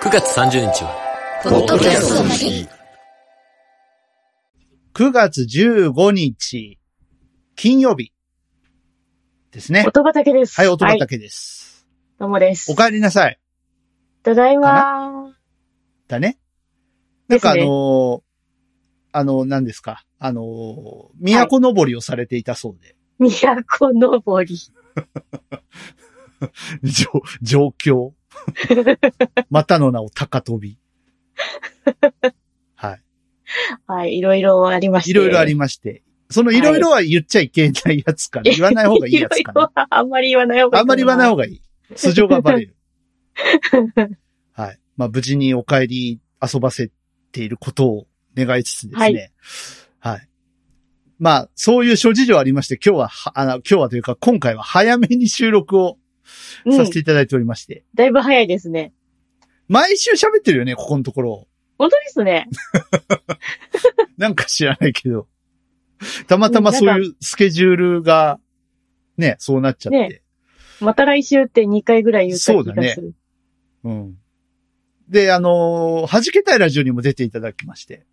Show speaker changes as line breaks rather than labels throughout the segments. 9月30日は、
ポッドキャストの日。
9月15日、金曜日ですね。
音畑です。
はい、音畑です。
どうもです。
お帰りなさい。
ただいま。
だね。なんかあ
ですね
のーあのー、何ですか。あのー、都登りをされていたそうで、
都のぼり。
じょ状 況。またの名を高飛び。はい。
はい、いろいろありまして。
いろいろありまして。そのいろいろは言っちゃいけないやつかな。言わない方がいいやつか
いろ
な。
いろあんまり言わない方がいい。
あんまり言わない
方
方がいい。素性がバレる。はい。まあ、無事にお帰り遊ばせていることを願いつつですね。はい。まあ、そういう諸事情ありまして、今日はは、あの、今日はというか、今回は早めに収録を
う
さ
ん
せて。いただいておりまして。
だいぶ早いですね。
毎週喋ってるよね、ここのところ。
本当ですね。
なんか知らないけど。たまたまそういうスケジュールが、ね、そうなっちゃって。
ねまた来週って2回ぐらい言った気がする。
そううん。で、あのー弾けたいラジオにも出ていただきまして。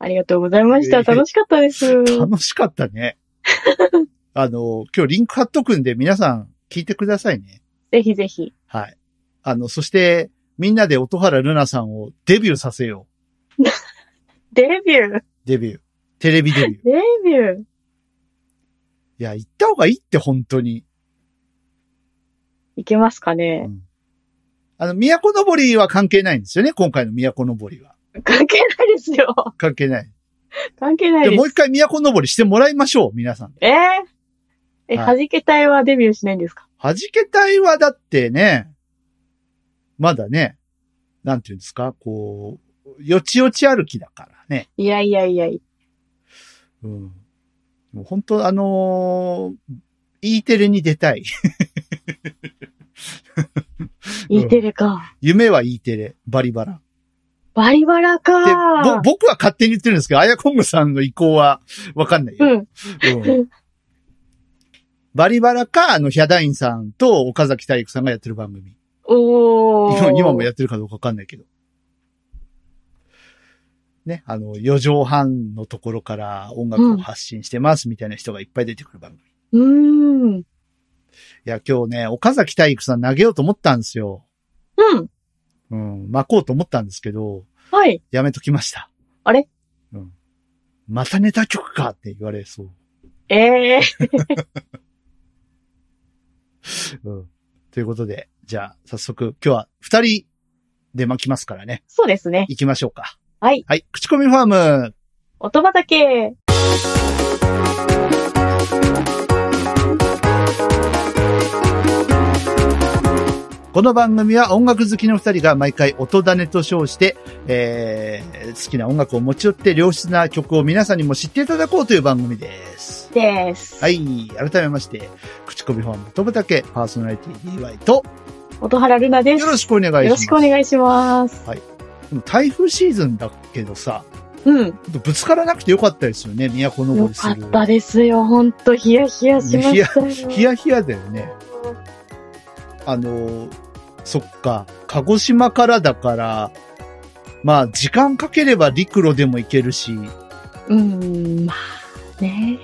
ありがとうございました。
いえいえ
楽しかったです。
楽しかったね。 あのー今日リンク貼っとくんで皆さん聞いてくださいね。
ぜひぜひ。
はい。あの、そして、みんなで音原ルナさんをデビューさせよう。
デビュー
デビュー。テレビデビ ュー。い
デビュー
や、行った方がいいって、本当に。
いけますかね
あの、都登りは関係ないんですよね、今回の都登りは。
関係ないですよ。
関係ない。
関係ない
で
で
もう
す。
一回都登りしてもらいましょう、皆さん。
えーえ、
は
弾け隊はデビューしないんですか
弾け隊はだってね、まだね、なんていうんですか、こう、よちよち歩きだからね。
いやいやいやい
うん。もう本当あのー、E テレに出たい。
や、E テレか。
夢は E テレ、バリバラ。
バリバラ
で、
か
ぼ。僕は勝手に言ってるんですけど、アヤコングさんの意向はわかんないよ。
うん。
うんバリバラか、あの、ヒャダインさんと岡崎体育さんがやってる番組。
お
今
ー。
今もやってるかどうかわかんないけど。ね、あの、4畳半のところから音楽を発信してますみたいな人がいっぱい出てくる番組。いう
ーん。
や、今日ね、岡崎体育さん投げようと思ったんですよ。
うん。
うん、巻こうと思ったんですけど、
はい。
やめときました。
あれ
うん。またネタ曲かって言われそう。
ええ
うん。ということで、じゃあ、早速、今日は2人で巻きますからね。
そうですね。
行きましょうか。
はい。
はい、口コミファーム。
音畑。
この番組は音楽好きの二人が毎回音種と称して、えー、好きな音楽を持ち寄って良質な曲を皆さんにも知っていただこうという番組です。
です。。
はいい。改めまして、口コミファンのぶたけパーソナリティ DY と、
音原ルナです。
よ
よ
ろしくお願いします。
ろしくお願いします。
でも台風シーズンだけどさ、
うん。
ぶつからなくてよかったですよね、都登
よ
りす
か
る。
ったですよ。ほんと、ヒヤヒヤしましたよ。
ヒヤヒヤだよね。あのー、そっか、鹿児島からだから、まあ、時間かければ陸路でも行けるし、
うん。まあね。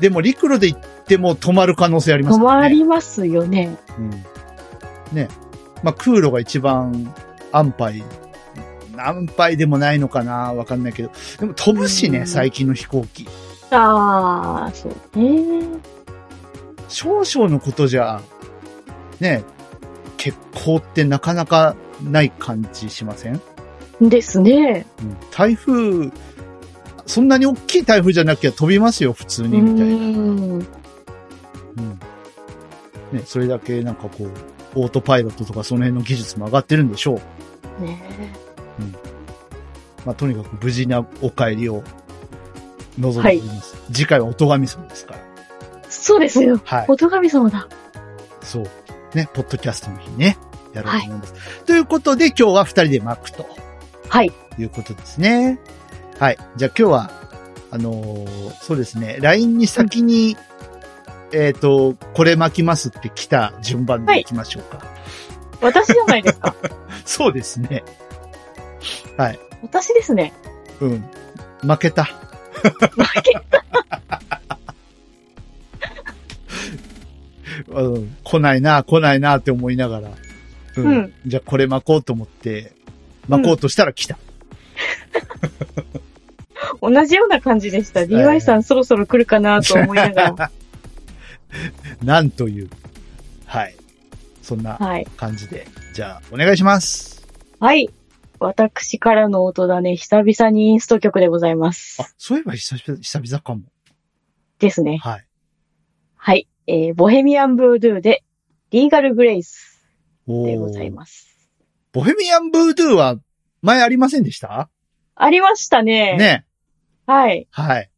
でも陸路で行っても止まる可能性あります
止
から
ま
ね。
りますよね。
うん。ね。まあ、空路が一番安牌、安牌でもないのかなわかんないけど。でも飛ぶし
う
ね、
ん
最近の飛行機。
ああ、そうね。
少々のことじゃ、ね、結構ってなかなかない感じしません
ですね。
うん台風、そんなに大きい台風じゃなきゃ飛びますよ、普通
う
に、みたいな。
ーん。
うんね、それだけなんかこう、オートパイロットとかその辺の技術も上がってるんでしょう。
ね
まあ、とにかく無事なお帰りを望んでおります。次回は音神様ですから。
そうですよ。
はい。
音神様だ。
そう。ね、ポッドキャストの日ね、やろうと思います。ということで、今日は二人で巻くと
はい。
いうことですね。はい。じゃあ今日は、あのーそうですね、LINE に先に、えっ、と、これ巻きますって来た順番でいきましょうか。
私じゃな いですか。
そうですね。
私ですね。
うん。負けた。
負け、
うん。来ないな、来ないなって思いながら。うん。
うん
じゃあこれ巻こうと思って、巻こうとしたら来た。
同じような感じでした。DY さんそろそろ来るかなと思いなが ら。
なんという。はい。そんな
はい。
感じで。じゃあ、お願いします。
はい。私からの音だね、久々にインスト曲でございま
あ
す。、
そういえば久々、久々かも。
ですね。
はい。
はい。えー、ボヘミアン・ブードゥーで、リーガル・グレイス
お
で
ー
ございます。
ボヘミアン・ブードゥーは前ありませんでした
ありましたね。。
ね。
はい。
はい。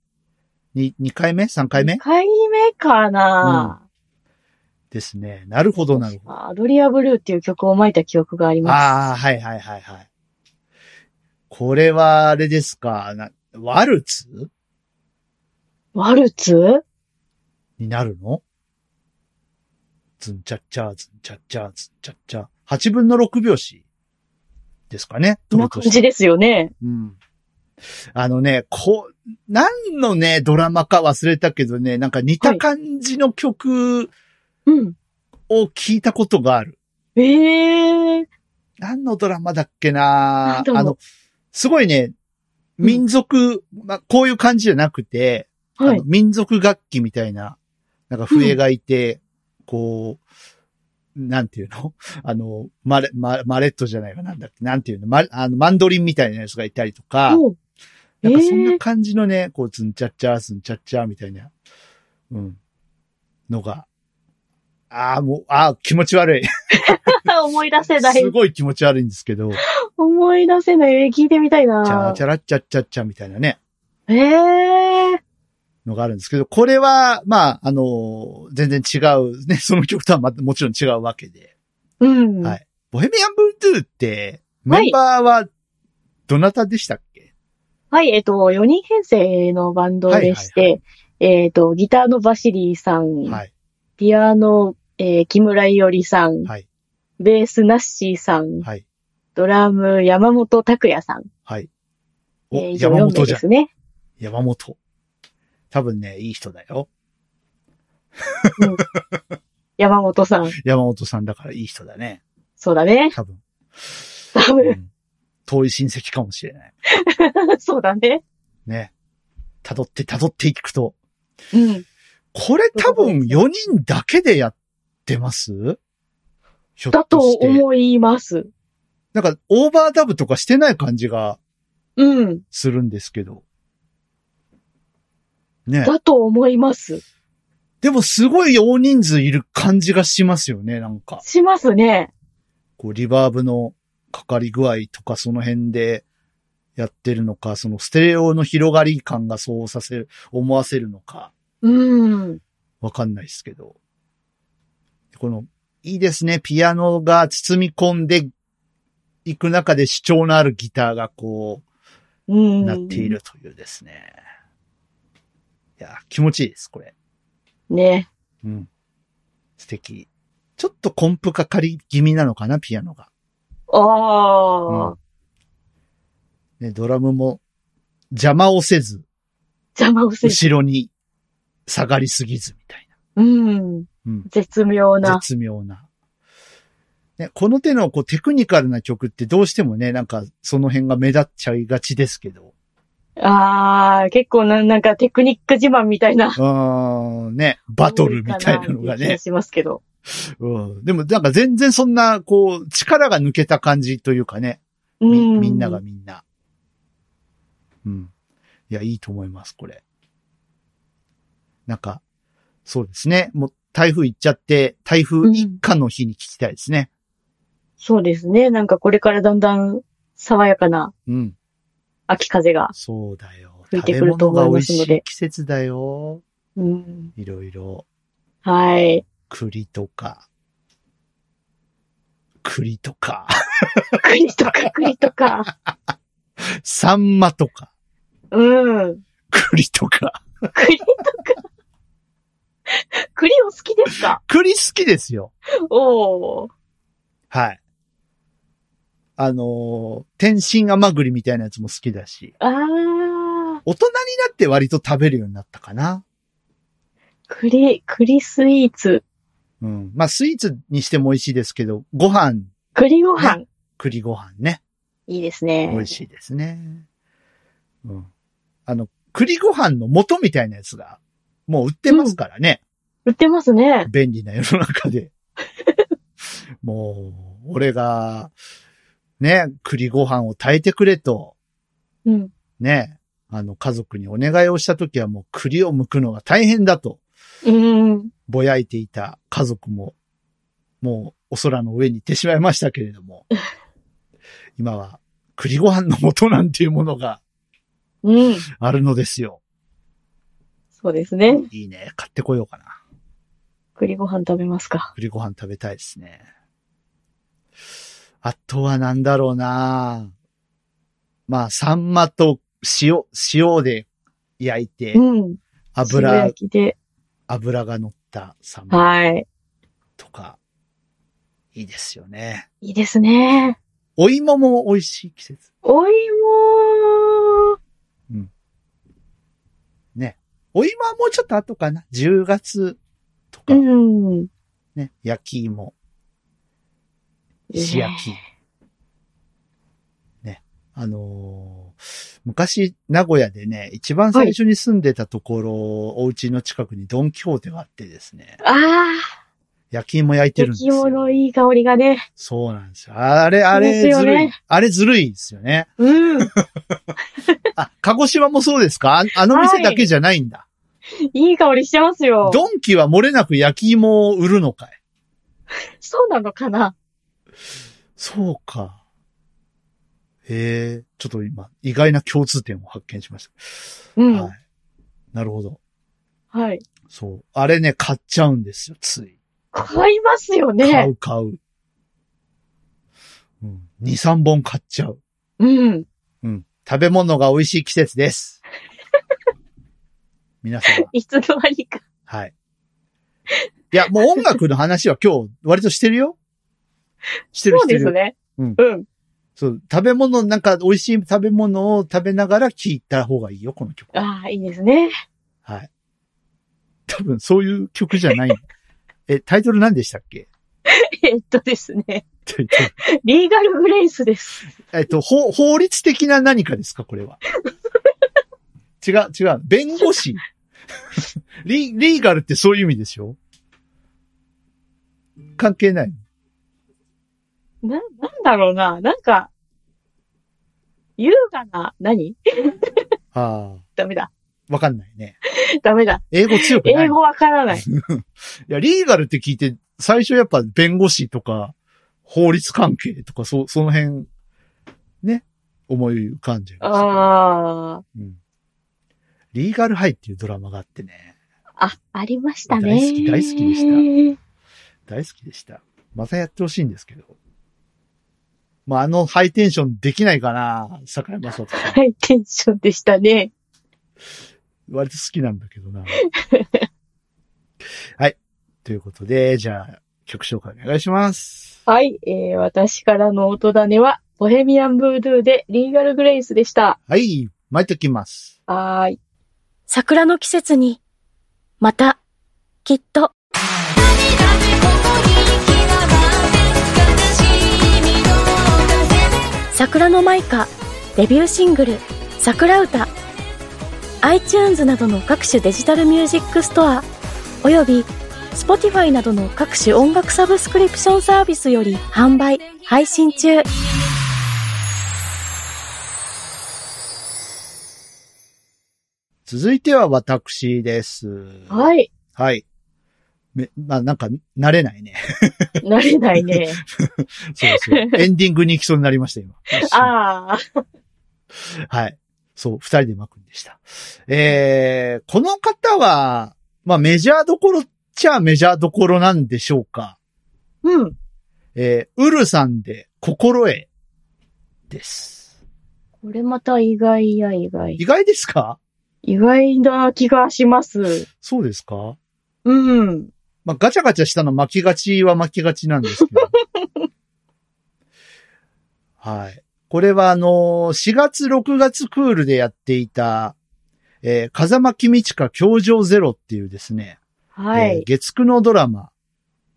に、2回目 ?3 回目
二回目かな、
ですね。なるほど、なるほど。
アドリア・ブルーっていう曲を巻いた記憶があります。
ああ、はいはいはいはい。これは、あれですか、な、ワルツ
ワルツ
になるのズンチャッチャー、ズンチャッチャー、ズンチャッチャー。8分の6拍子ですかね。
な感じですよね。
うん。あのね、こう、何のね、ドラマか忘れたけどね、なんか似た感じの曲
うん。
を聞いたことがある。
ええー。
何のドラマだっけな
何だろう
あの、すごいね、
うん
民族、まあ、こういう感じじゃなくて、
は
あ
い
の。民族楽器みたいな、なんか笛がいて、こう、なんていうの あの、マレ、ママレットじゃないかなんだっけなんていうのマあのマンドリンみたいなやつがいたりとか、
おうえ
なんかそんな
ー、
感じのね、こう、ズンチャッチャー、ズンチャッチャーみたいな、うん、のが、ああ、もう、ああ、気持ち 悪い。
思い出せない
す。ごい気持ち悪いんですけど、チ
思い出せない。えー聞いてみたい
ャー
な
チ。ャラッチャッチャッチャみたいなね、
ええー。
のがあるんですけど、これは、まあ、あの、全然違う、ね、 その曲とはまたもちろん違うわけで、
うん。
はいボヘミアン・ブルートゥーって、
はい
メンバーは、どなたでしたっけ、
はい、えっと、4人編成のバンドでして、
はい
えっと、ギターのバシリーさん、
はい、
ピアノ、えー木村いおりさん、
はい
ベースナッシーさん、
はい、
ドラム山本拓也さん、
はい。
え
お、
ー以上
山
4名
本じ
で
ゃん
す。ね。
山本。多分ね、いい人だよ。
山本さん、
山本さんだからいい人だね。
そうだね。
多分。
多
う
分、
ん遠い親戚かもしれない。
そうだね。
ね。辿って辿っていくと。
うん。
これ多分4人だけでやってますひょ
だ
っ
と
として。
思います。
なんかオーバーダブとかしてない感じが
うん。
するんですけど。ね。
だと思います。
でもすごい大人数いる感じがしますよね、なんか。
しますね。
こう、リバーブのかかり具合とかその辺でやってるのか、そのステレオの広がり感がそうさせる、思わせるのか、
うん。
わかんないですけど。この、いいですね。ピアノが包み込んでいく中で主張のあるギターがこ
うん。
う、なってい。るというですね。いや、気持ちいいです、これ。
ね。
うん。素敵。ちょっとコンプかかり気味なのかな、ピアノが。
ああ、
うんね、ドラムも邪魔をせず、
邪魔をせず。
後ろに下がりすぎずみたい
うん。
な。うん。
絶妙な。
絶妙な。ね、この手のこうテクニカルな曲ってどうしてもね、なんかその辺が目立っちゃいがちですけど。
ああ、結構な、なんかテクニック自慢みたいな。
うーん、ね、バトルみたいなのが
多いかって気
ね。
しますけど。
うん。でもなんか全然そんな、こう、力が抜けた感じというかね。
う
み、みんなが。みんな。うん。いや、いいと思います、これ。なんか、そうですね。もう台風行っちゃって、台風一過の日に聞きたいですね。
そうですね。なんかこれからだんだん爽やかな
うん。
秋風が。
そうだよ。
吹いてくると思いますので
食べ物が美味しい季節だよ。
うん。
いろいろ。
はい。
栗とか。栗とか。
栗とか栗とか。
サンマとか。
うん。
栗とか。
栗とか。栗を好きですか
栗好きですよ。
おー。
はい。あのー天津甘栗みたいなやつも好きだし、
あー、
大人になって割と食べるようになったかな。
栗、栗スイーツ、
うん。まあ、スイーツにしても美味しいですけど、ご飯、
栗ご飯。
栗ご飯ね。
いいですね。
美味しいですね。うん。あの、栗ご飯の元みたいなやつが、もう売ってますからね。
売ってますね。
便利な世の中で。もう、俺が、ね、栗ご飯を炊いてくれと、
うん。
ね、あの、家族にお願いをした時はもう栗を剥くのが大変だと、
うん。
ぼやいていた家族も、もうお空の上に行ってしまいましたけれども、今は栗ご飯の元なんていうものが
うん。
あるのですよ。
そうですね。
いいね。買ってこようかな。
栗ご飯食べますか。
栗ご飯食べたいですね。あとはなんだろうなまあ、サンマと塩、塩で焼いて
う、ん。塩
油
焼、きで。
油が乗ったサンマ
はい。
とか、いいですよね。
いいですね。
お芋も美味しい季節。
お芋
お芋はもうちょっと後かな。10月とか
う、ん。
ね、焼き芋、
いいね
石焼き。ね。あのー昔、名古屋でね、一番最初に住んでたところ、お家の近くにドンキホーテがあってですね、
ああ、
焼き芋焼いてるんです
焼き芋
よ。
のいい香りがね。
そうなんですよ。あれ、あれ
そうです
ず
よね
るい。あれずるいですよね。
うん。
あ、鹿児島もそうですかあ あの店だけじゃないんだ。
いい香りしてますよ。
ドンキは漏れなく焼き芋を売るのかい
そうなのかな
そうか。へえ、ちょっと今、意外な共通点を発見しました。
うん。
はい。なるほど。
はい。
そう。あれね、買っちゃうんですよ、つい。
買いますよ
買
ね。
う、買う。うん。2、3本買っちゃう。
うん。
うん。食べ物が美味しい季節 です。皆さん、
いつの間にか。
はい。いや、もう音楽の話は今日、割としてるよ。してる、
そ
し
う
てる。
ですね。
うん
うん。
そう、食べ物、なんか美味しい食べ物を食べながら聴いた方がいいよ、この曲。
ああ、いいですね。
はい。多分そういう曲じゃ ない。え、タイトル何でしたっけ
えっとですね。
タイトル
リーガルグレイスです。
えっと、法、法律的な何かですかこれ は。違う、違う。弁護士。リ、リーガルってそういう意味でしょ関係ない。
な、なんだろうな。なんか、優雅な、何
あ
ダメだ。
あ、わかんないね。
ダメだ。
英語強くない。
英語わか らない。
いや、リーガルって聞いて、最初やっぱ弁護士とか、法律関係とか、そ、その辺、ね、思い浮かんじゃいますね、
あ
うん。リーガルハイっていうドラマがあってね、
あ。あ、ありましたね。
大好き大好きで
し
大好きでした。またやってほしいんですけど。まあ、あのハイテンションできないかな、坂山さん。
ハイテンションでしたね。
割と好きなんだけど な。はい。ということで、じゃあ、曲紹介お願いします。
はい、えー、私からの音種は、ボヘミアンブードゥーでリーガルグレイスでした。
はい、巻いてきます。
はーい。
桜の季節に、また、きっと、桜のマイカ、デビューシングル、桜歌。iTunes などの各種デジタルミュージックストア、および Spotify などの各種音楽サブスクリプションサービスより販売、配信中。
続いては私です。い。
はい。
はい。め、まあなんか、慣れ ないね。
慣れな いね。
そうそう。エンディングに行きそうになりました、今。
ああ。
はい。そう、二人で巻くんでした。えー、この方は、まあメジャーどころっちゃメジャーどころなんでしょうか。
うん。
えー、ウルさんで心得です。
これまた意外や意外
意。外ですか
意外な気がします。
そうですか
うん。
まあガチャガチャしたの巻きがちは巻きがちなんですけど。 はい。これはあのー、4月6月クールでやっていた、えー、風間公親教場ゼロっていうですね、
は
えー
い。
月9のドラマ、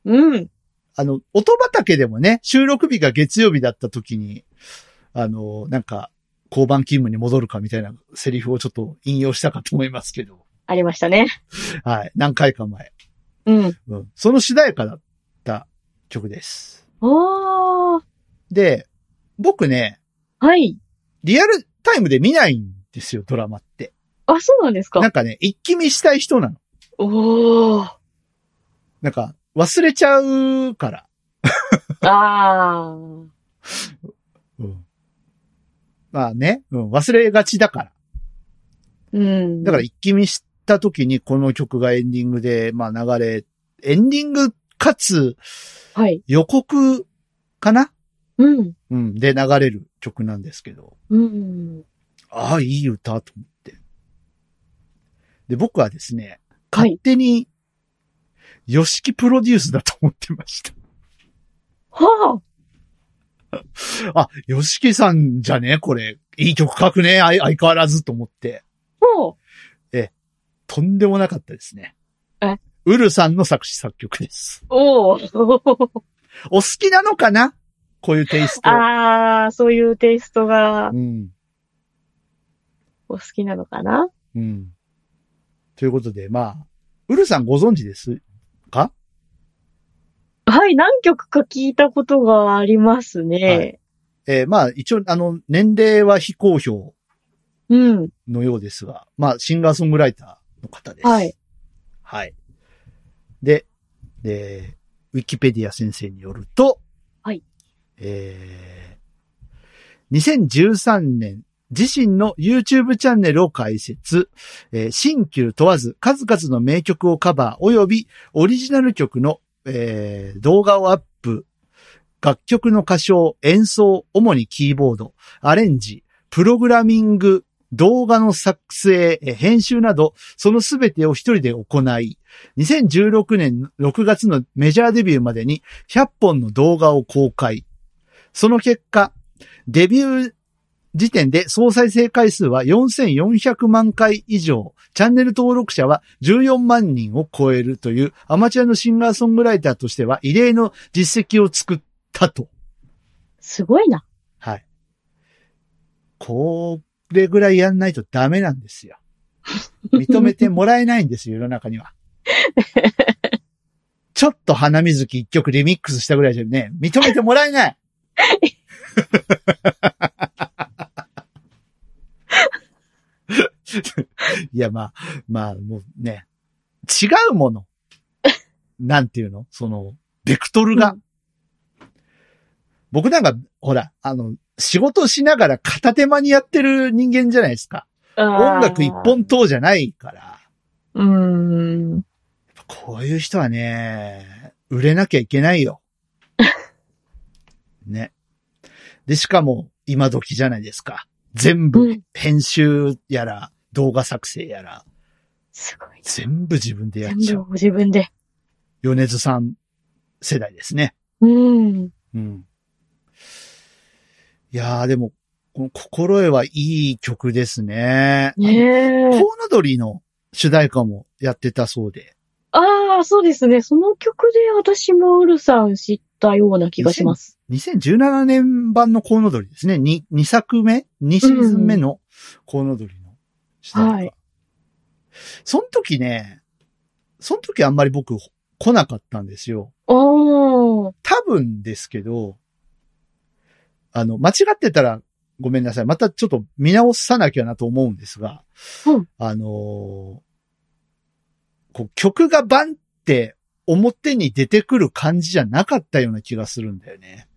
うん。
あの、音畑でもね、収録日が月曜日だった時に、あのー、なんか、交番勤務に戻るかみたいなセリフをちょっと引用したかと思いますけど、
ありましたね。
はい、何回か前。
うん。
うん。その主題歌だった曲です。
おー。
で、僕ね、
はい。
リアルタイムで見ないんですよ、ドラマって。
あ、そうなんです
な
か
んかね、一気見したい人なの。
おー。
なんか、忘れちゃうから。
あー。
うん。まあね、うん、忘れがちだから。
うん。
だから一気見した時にこの曲がエンディングで、まあ流れ、エンディングかつ
ら、はい。
予告かな
うん。
うん、で流れる曲なんですけど。
うん。
ああ、いい歌と思って。で、僕はですね、
は
勝
い
手に、ヨシキプロデュースだと思ってました。
は
あ、ヨシキさんじゃねこれ、いい曲書くね相相変わらずと思って、
あ。ほ
とんでもなかったですね。
え
ウルさんの作詞作曲です
う。。おー。
お好きなのかなこういうテイスト。
あー、そういうテイストが
うん。
お好きなのかな
うん。ということで、まあ、ウルさんご存知ですか
はい、何曲か聞いたことがありますね。
えーまあ、一応、あの、年齢は非公表
うん。
のようですが、まあ、シンガーソングライターの方です。
はい。
はい。で、えーウィキペディア先生によると、
はい。
えー、2013年、自身の YouTube チャンネルを開設、えー新旧問わず数々の名曲をカバー及びオリジナル曲の、えー動画をアップ、楽曲の歌唱、演奏、主にキーボード、アレンジ、プログラミング、動画の作成、えー編集など、そのすべてを一人で行い、2016年6月のメジャーデビューまでに100本の動画を公開。その結果、デビュー時点で総再生回数は4400万回以上、チャンネル登録者は14万人を超えるというアマチュアのシンガーソングライターとしては異例の実績を作ったと。
すごいな。
はい。これぐらいやんないとダメなんですよ。認めてもらえないんですよ、世の中には。ちょっと花水木一曲リミックスしたぐらいじゃね、認めてもらえないいや、まあ、まあ、もうね、違うもの。なんていうのその、ベクトルが。僕なんか、ほら、あの、仕事しながら片手間にやってる人間じゃないですか。音
音
楽一。本等じゃないから。や
うーん。
っぱこういう人はね、売れなきゃいけないよ。 ね。で、しかも、今時じゃないですか。全
う
部
ん、
編集やら、動画作成やら、
すごい。
全部自分でやっち
全
ゃう。
部ご自分で。
米津さん世代ですね。
うん。
うん。いやー、でも、この心得はいい曲ですね。コウ
ねえ。
ノドリの主題歌もやってたそうで。
ああ、そうですね。その曲で私もウルさん知ったような気がします。
2017年版のコウノドリですね。2, 2作目 ?2 シーズン目のコウノドリの主題歌。
はい
その時ね、その時あんまり僕来なかったんですよ。
おー。
多分ですけど、あの、間違ってたらごめんなさい。またちょっと見直さなきゃなと思うんですが、
うん
あのーこう曲がバンって表に出てくる感じじゃなかったような気がするんだよね。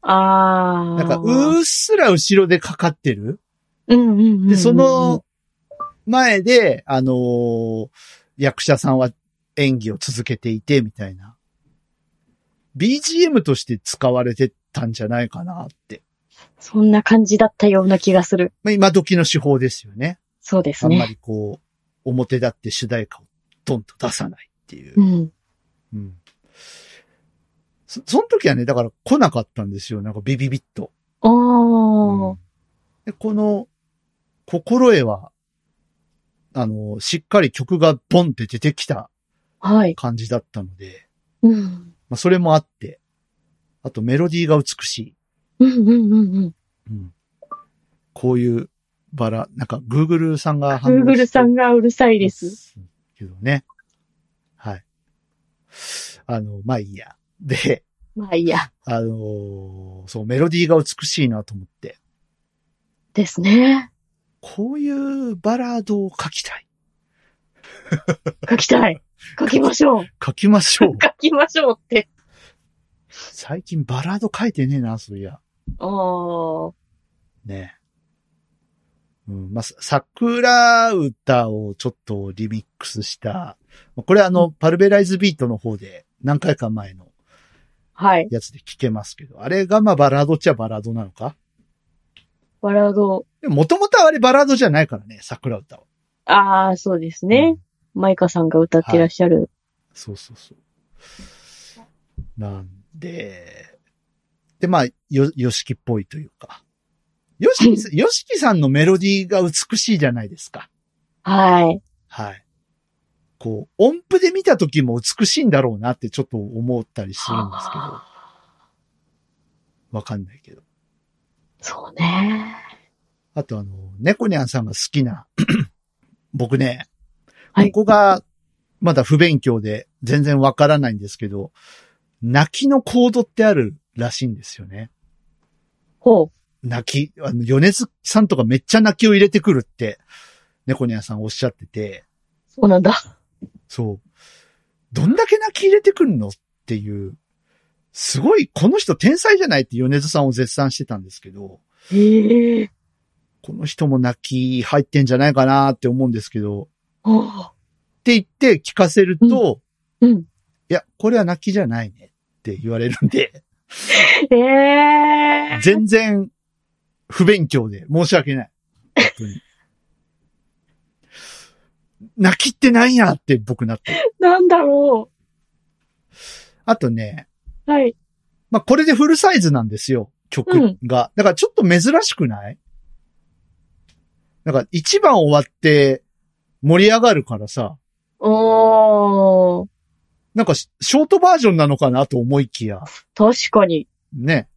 ああ。
なんか、うっすら後ろでかかってる。
うんうんうんうん。
で、その前で、あのー役者さんは演技を続けていて、みたいな。BGM として使われてたんじゃないかなって。
そんな感じだったような気がする。
まあ、今時の手法ですよね。
そうです
あんま
ね。
りこう、表立って主題歌をドンと出さないっていう
う。ん。
うん。そ、その時はね、だから来なかったんですよ。なんかビビビッと。
おー。
で、この、心得は、あの、しっかり曲がボンって出てきた
はい。
感じだったので、
うん。
まあ、それもあって、あとメロディーが美しい。
うんうんうんうん。
うん、こういうバラ、なんか、Google さんが反応して
Google さんがうるさいです。。
けどね。はい。あの、まあいいや。で、
まあいいや。
あのーそう、メロディーが美しいなと思って、
ですね。
こういうバラードを書きたい。
書きたい。書きまし ょう。
書きましょう。
書きましょうって。
最近バラード書いてねえな、そういや。
おー。
ねえ。うん、まあ、さ桜歌をちょっとリミックスした。これあの、パルベライズビートの方で何回か前の
はい。
やつで聞けますけど、あれがまあバラードっちゃバラードなのか
バラード。
でもともとあれバラードじゃないからね、桜歌は。
あー、そうですね。マイカさんが歌ってらっしゃる。
そうそうそう。なんで、で、まあ、よ、よしきっぽいというか。よしき、よしきさんのメロディーが美しいじゃないですか。
はい。
はい。こう、音符で見た時も美しいんだろうなってちょっと思ったりするんですけど、わかんないけど。
そうね。
あとあの、猫ニャンさんが好きな、 僕ね、
はい
ここが、まだ不勉強で全然わからないんですけど、泣きのコードってあるらしいんですよね。
ほう。
泣き、あの、米津さんとかめっちゃ泣きを入れてくるって、猫ニャンさんおっしゃってて、
そうなんだ。
そう。どんだけ泣き入れてくるのっていう、すごい、この人天才じゃないって米津さんを絶賛してたんですけど、
へえ。
この人も泣き入ってんじゃないかなって思うんですけど、
ほう。
って言って聞かせると、
うん。
いや、これは泣きじゃないねって言われるんで、
ええ。
全然不勉強で申し訳ない。本当に 泣きってなんやって僕なって。
なんだろ
あとね、
う。はい。
まあ、これでフルサイズなんですよ、曲が。だからちょっと珍しくないなんか一番終わって盛り上がるからさ、
おー。
なんかシショートバージョンなのかなと思いきや、
確かに。
ね。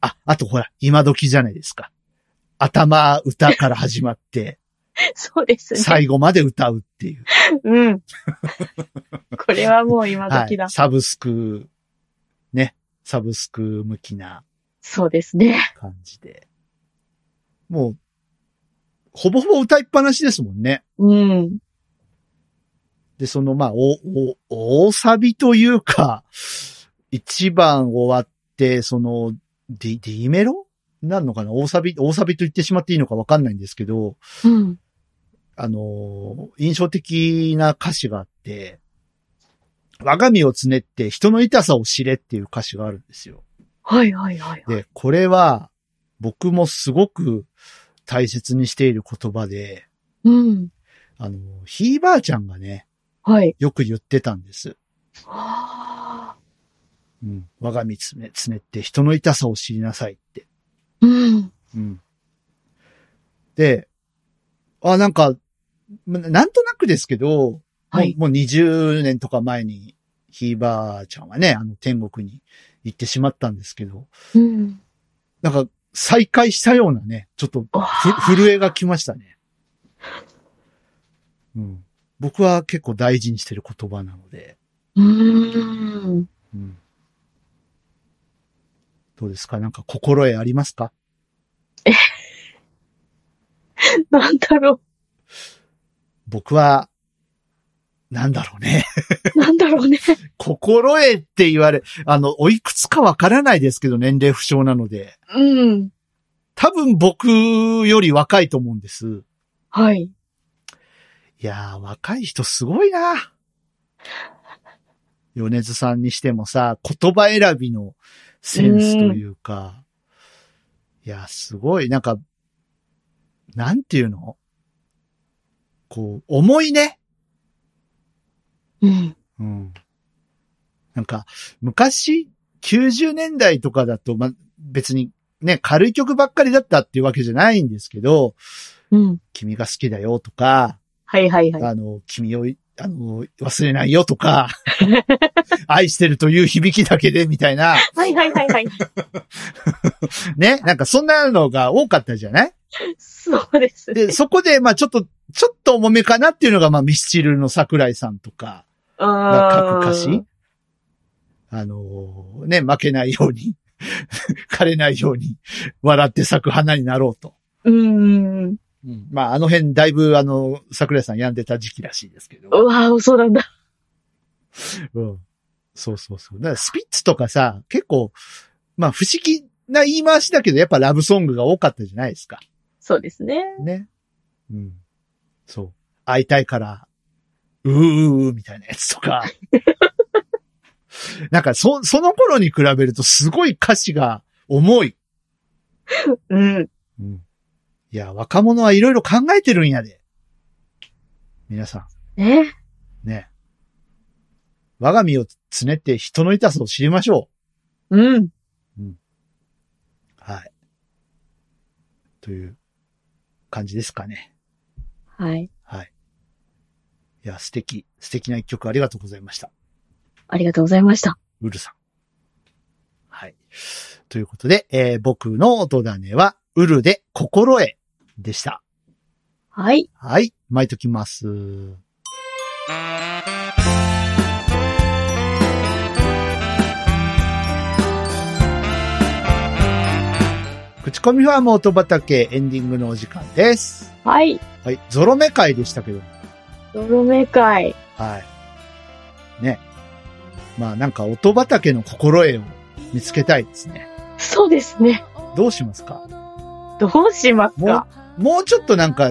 あ、あとほら、今時じゃないですか。頭歌から始ま って、
そうです ね。
最後まで歌うっていう。
うん。 これはもう今
は
時
い
だ。。
サブスク、ね。サブスク向きな
そうですね。
感じで。もう、ほぼほぼ歌いっぱなしですもんね。
うん。
で、その、まあ、お、お、大サビというか、一番終わって、その、D、D メロなんのかな大サビ、大サビと言ってしまっていいのかわかんないんですけど、
うん。
あのー印象的な歌詞があって、我が身をつねって人の痛さを知れっていう歌詞があるんですよ。
はいはいはい。
で、これは僕もすごく大切にしている言葉で、
うん。
あのーひいばあちゃんがね、
はい。
よく言ってたんです。
は
うん、我が身つね、つねって人の痛さを知りなさいって。
ーうん。
うん。で、あ、なんか、まなんとなくですけど、
はい。
もうもう20年とか前に、ひいばあちゃんはね、あの天国に行ってしまったんですけど、
うん。
なんか再会したようなね、ちょっと
わ
ふ震えが来ましたね。うん。僕は結構大事にしてる言葉なので、
うん。
うん。どうですかなんか心得ありますか
なんだろ
僕は、なんだろうね。
う。なんだろうね。
心得って言われ、あの、おいくつかわからないですけど、年齢不詳なので。
うん。
多分僕より若いと思うんです。
はい。
いやー、若い人すごいな。米津さんにしてもさ、言葉選びのセンスというか、いやー、すごい、なんか、なんていうのこう、重いね。
うん。
うん。なんか、昔、90年代とかだと、ま、別に、ね、軽い曲ばっかりだったっていうわけじゃないんですけど、
うん。
君が好きだよとか、
はいはいはい。
あの、君を、あの、忘れないよと か、愛してるという響きだけでみたいな、
はいはいはいはい。
ね、なんかそんなのが多かったじゃない
そうですね。
で、そこで、まあちょっと、ちょっと重めかなっていうのが、まあミスチルの桜井さんとかが書
あ
く
ー
歌詞。あのーね、負けないように、 枯れないように、笑って咲く花になろうと。
うーん。
うんまああの辺、だいぶ、あの、桜井さん病んでた時期らしいですけど。
うわーそうなんだ。
うん。そうそうそう。だからスピッツとかさ、結構、まあ不思議な言い回しだけど、やっぱラブソングが多かったじゃないですか。
そうですね。
ね。うん。そう。会いたいから、うーうーうーみたいなやつとか。 なんか、そ、その頃に比べるとすごい歌詞が重い。
うん。
いや、若者はいろいろ考えてるんやで。皆さ
ね。
ん、ね。我が身をつねって人の痛さを知りましょう。
うん。
はい。という感じですかね。
はい。
はい。いや、素敵、素敵な一曲ありがとうございました。
ありがとうございました。
ウルさん。はい。ということで、えー僕の音種は、ウルで心得でした。
はい。
はい。巻いときます。口コミファーム音畑エンディングのお時間です。
はい。
はい。ゾロ目会でしたけども
ゾロ目会。
はい。ね。まあなんか音畑の心得を見つけたいですね。
そうですね。
どうしますか
どうします
もう
か、
もうちょっとなんか、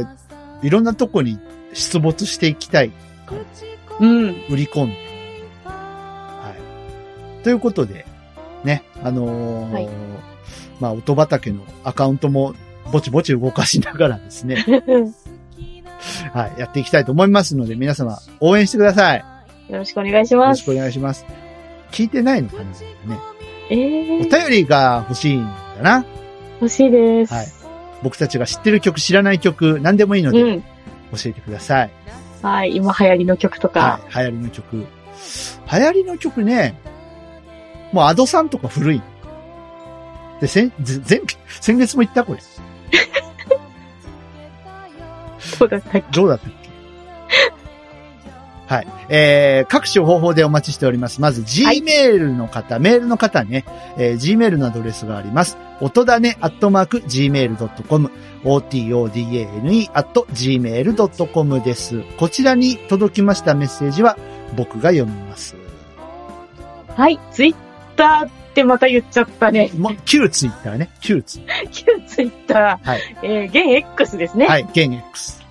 いろんなとこに出没していきたい。
うん。
売り込んで。はい。ということで、ね、あのー
はい
まあ、音畑のアカウントもぼちぼち動かしながらです ね、
よ
はい、やっていきたいと思いますので、皆様応援してください。よ
ろしくお願いし
ろ
ま
し
す。
くお願いします。聞いてないのかなね。
え
お
ー、
便りが欲しいんだな。
欲しいです。
はい僕たちが知ってる曲、知らない曲、何でもいいの
う
で
ん。
教えてください。
はい。今流行りの曲とか
は。い、流行りの曲。流行りの曲ね、もうアドさんとか古い。で、先、ぜ前、先月も言ったこれ。
そうだったっけ
どうだったっけはい。えー、各種方法でお待ちしております。まず、
い
Gmail の方、メールの方ね、えー、Gmail のアドレスがあります。音だね、アットマーク、gmail.com、otodane、アット、gmail.com です。こちらに届きましたメッセージは、僕が読みます。
はい。ツイッターってまた言っちゃったね。
もう旧ツイッターね。旧ツイッ
旧ツイッター。
はい
えー、現 X ですね。
ター。は
は。
いい、現 X。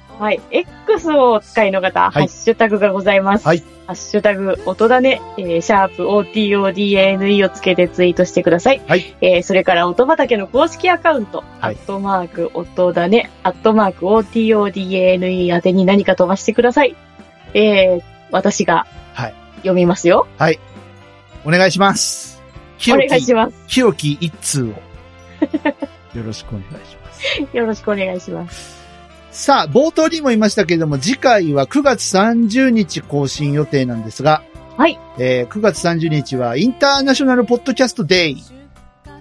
X をお使いの方、
はい
ハッシュタグがございます。
はい
ハッシュタグ、音だね、えー、シャープ OTODANE をつけてツイートしてください。
はい。
えー、それから、音畑の公式アカウント、
はい
アットマーク、音だね、アットマーク、OTODANE 宛てに何か飛ばしてください。えー、私が、
はい
読みますよ。
はい。お願いします。
お
清
願いし
き、
ます。
清き一通を。よろしくお願いします。
よろしくお願いします。
さあ、冒頭にも言いましたけれども、次回は9月30日更新予定なんですが、
はい。
えー9月30日はインターナショナルポッドキャストデイ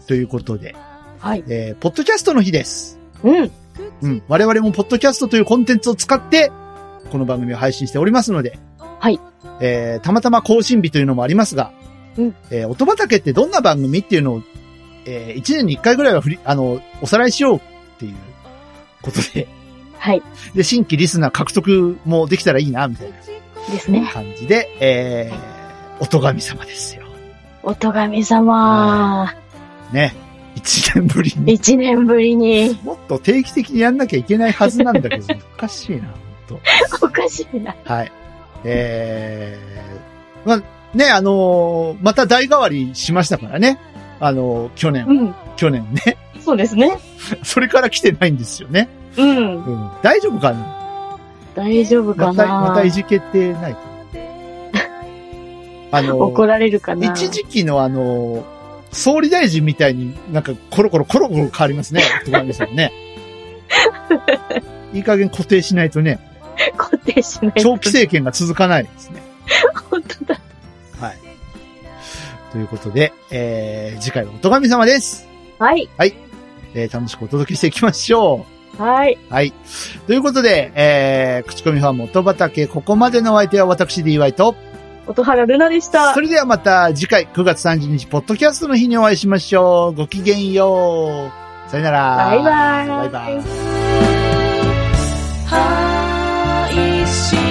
ということで、
はい。
えーポッドキャストの日です。
うん。
うん。我々もポッドキャストというコンテンツを使って、この番組を配信しておりますので。
はい。
えー、たまたま更新日というのもありますが。
うん。
えー、音畑ってどんな番組っていうのを、えー、1年に1回ぐらいは振り、あの、おさらいしようっていうことで。
はい。
で、新規リスナー獲得もできたらいいな、みたい
ですね
な。感じで、えー、音神様ですよ。
音神様、
ね。1年ぶりに。
一年ぶりに、
もっと定期的にやんなきゃいけないはずなんだけど、 おかしいな、ほんと。
おかしいな。
はい。えー、まあ、ね、あのーまた代替わりしましたからね。あのー去
う
年、
ん、
去年ね。
そうですね。
それから来てないんですよね。
うん、
うん。大丈夫かな
大丈夫か
また、
な、
またいじけてないかな。あのー
怒られるかな
一時期のあのー総理大臣みたいになんかコロコロコロコロ変わり ますね。とかですよね。いい加減固定しないとね、
固定しないと。
長期政権が続かないですね。
本当だ。
はい。ということで、えー、次回はおとがみ様です。
はい。
えー、楽しくお届けしていきましょう。
はい。
はい。ということで、えー、口コミファン元畑、ここまでのお相手は私 DY と、
音原ルナでした
そ。れではまた次回9月30日、ポッドキャストの日にお会いしましょう。ごきげんよう。さよなら。
バイバイ
バイバイ。
配信